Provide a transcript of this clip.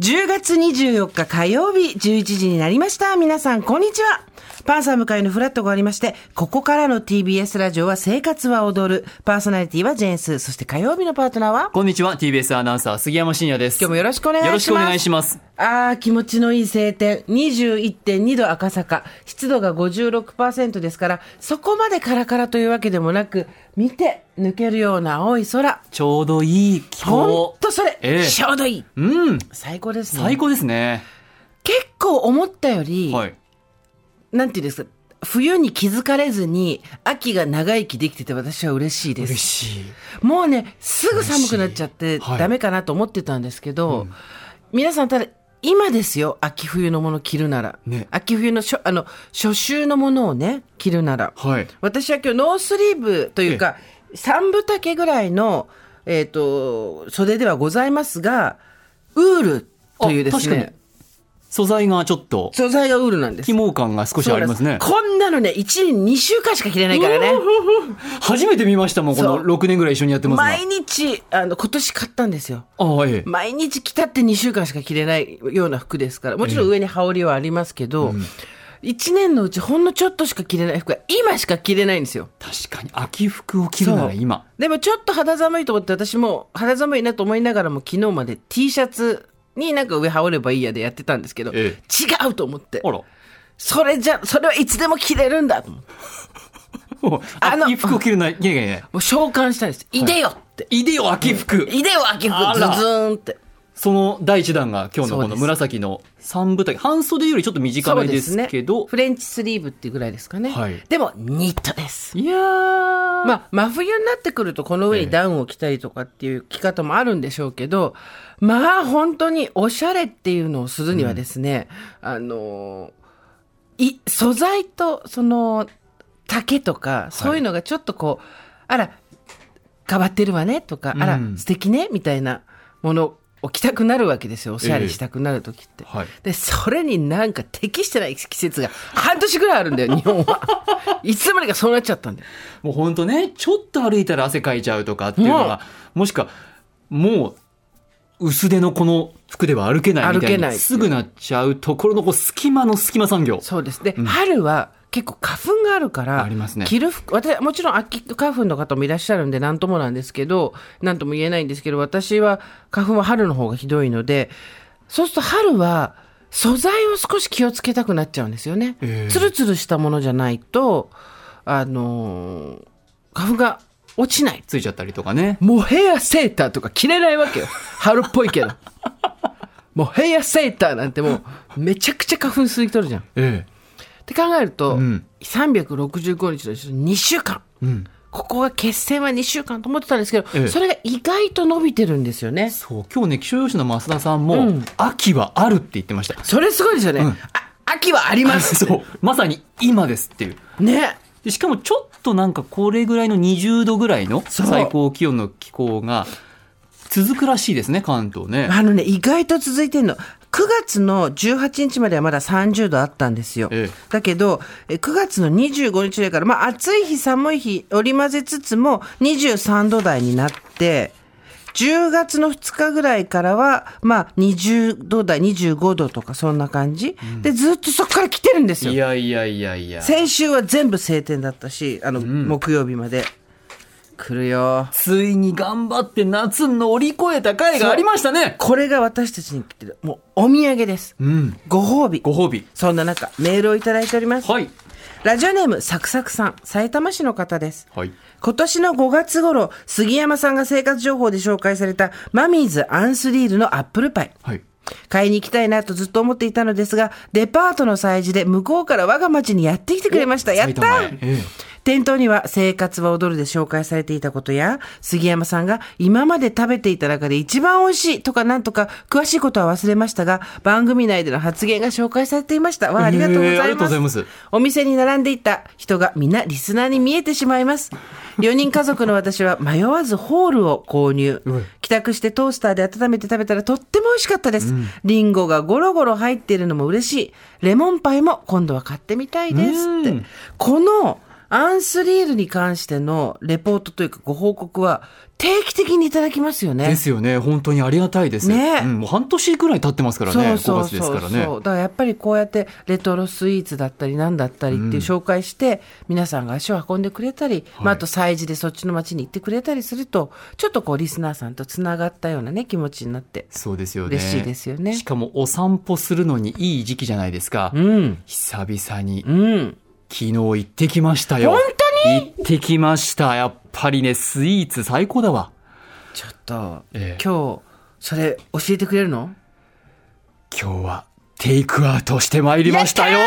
10月24日火曜日11時になりました。皆さん、こんにちは。パンサー向かいのフラットがありまして、ここからの TBS ラジオは生活は踊る。パーソナリティはジェーンス。そして火曜日のパートナーはこんにちは。TBS アナウンサー、杉山真也です。今日もよろしくお願いします。よろしくお願いします。ああ、気持ちのいい晴天。21.2度赤坂。湿度が56%ですから、そこまでカラカラというわけでもなく、見て抜けるような青い空。ちょうどいい気候。ほんとそれ、えー、ちょうどいい。うん。最高ですね。最高ですね。結構思ったより、はい、なんていうんですか、冬に気づかれずに、秋が長生きできてて私は嬉しいです。嬉しい。もうね、すぐ寒くなっちゃって、はい、ダメかなと思ってたんですけど、うん、皆さんただ、今ですよ、秋冬のもの着るなら。ね、秋冬のしょあの初秋のものをね、着るなら。はい、私は今日ノースリーブというか、三分丈ぐらいの、えっ、ー、と、袖ではございますが、ウールというですね。素材がちょっと。素材がウールなんです。起毛感が少しありますね。すこんなのね、1年2週間しか着れないからね。初めて見ましたもん、この6年ぐらい一緒にやってます毎日、あの、今年買ったんですよ。あええ、毎日着たって2週間しか着れないような服ですから、もちろん上に羽織はありますけど、ええうん1年のうちほんのちょっとしか着れない服が今しか着れないんですよ確かに秋服を着るなら今でもちょっと肌寒いと思って私も肌寒いなと思いながらも昨日まで T シャツになんか上羽織ればいいやでやってたんですけど、ええ、違うと思ってそれじゃそれはいつでも着れるんだと思ってあの秋服を着るならいやいやいやもう召喚したんです「いでよ」って、はい、いでよ秋服、いでよ秋服ズズーンってその第1弾が今日のこの紫の三部隊半袖よりちょっと短めですけど、ね、フレンチスリーブっていうぐらいですかね、はい、でもニットですいやまあ真冬になってくるとこの上にダウンを着たりとかっていう着方もあるんでしょうけど、ええ、まあ本当におしゃれっていうのをするにはですね、うん、あのい素材とその丈とかそういうのがちょっとこう、はい、あら変わってるわねとか、うん、あら素敵ねみたいなもの起きたくなるわけですよ。おしゃれしたくなる時って、ええはい。で、それになんか適してない季節が半年ぐらいあるんだ よ、日本は。いつの間にかそうなっちゃったんだよ。もうほんとね、ちょっと歩いたら汗かいちゃうとかっていうのが、もしくは、もう、薄手のこの服では歩けないみたいなすぐなっちゃうところのこう隙間の隙間産業。そうです。で、うん、春は、結構花粉があるから、ありますね、着る服、私、もちろん秋花粉の方もいらっしゃるんで、なんともなんですけど、なんとも言えないんですけど、私は花粉は春の方がひどいので、そうすると春は、素材を少し気をつけたくなっちゃうんですよね。つるつるしたものじゃないと、あのー、花粉が落ちない。ついちゃったりとかね。モヘアセーターとか着れないわ けよ。春っぽいけど。モヘアセーターなんてもう、めちゃくちゃ花粉吸い取るじゃん。ええって考えると、うん、365日のうち2週間、うん、ここが決戦は2週間と思ってたんですけど、ええ、それが意外と伸びてるんですよねそう今日ね気象予報士の増田さんも、うん、秋はあるって言ってましたそれすごいですよね、うん、あ秋はあります そうまさに今ですっていうねでしかもちょっとなんかこれぐらいの20度ぐらいの最高気温の気候が続くらしいですね関東ね あのね意外と続いてるの9月の18日まではまだ30度あったんですよ。ええ、だけど、9月の25日だから、まあ暑い日寒い日織り交ぜつつも23度台になって、10月の2日ぐらいからは、まあ20度台、25度とかそんな感じ、うん、で、ずっとそこから来てるんですよ。いやいやいやいや。先週は全部晴天だったし、あの、木曜日まで。うん来るよついに頑張って夏乗り越えた回がありましたねこれが私たちに来てるもうお土産です、うん、ご褒美ご褒美そんな中メールを頂いておりますはいラジオネームサクサクさん埼玉市の方です、はい、今年の5月頃杉山さんが生活情報で紹介されたマミーズアンスリールのアップルパイ、はい、買いに行きたいなとずっと思っていたのですがデパートの催事で向こうから我が町にやってきてくれましたやった店頭には生活は踊るで紹介されていたことや、杉山さんが今まで食べていた中で一番美味しいとかなんとか詳しいことは忘れましたが、番組内での発言が紹介されていました。わあ、ありがとうございます。えー、ありがとうございます。お店に並んでいた人が皆リスナーに見えてしまいます。4人家族の私は迷わずホールを購入。帰宅してトースターで温めて食べたらとっても美味しかったです。うん、リンゴがゴロゴロ入っているのも嬉しい。レモンパイも今度は買ってみたいですって。この、アンスリールに関してのレポートというかご報告は定期的にいただきますよね。ですよね。本当にありがたいです。ねうん、もう半年くらい経ってますからね。5月ですからね。だからやっぱりこうやってレトロスイーツだったりなんだったりっていう紹介して、皆さんが足を運んでくれたり、まあ、あと催事でそっちの町に行ってくれたりすると、ちょっとこうリスナーさんとつながったようなね、気持ちになって。そうですよね。嬉しいですよねしかもお散歩するのにいい時期じゃないですか。うん。久々に、うん。昨日行ってきましたよ。本当に行ってきました。やっぱりね、スイーツ最高だわ。ちょっと、ええ今日、それ教えてくれるの今日はテイクアウトしてまいりましたよ。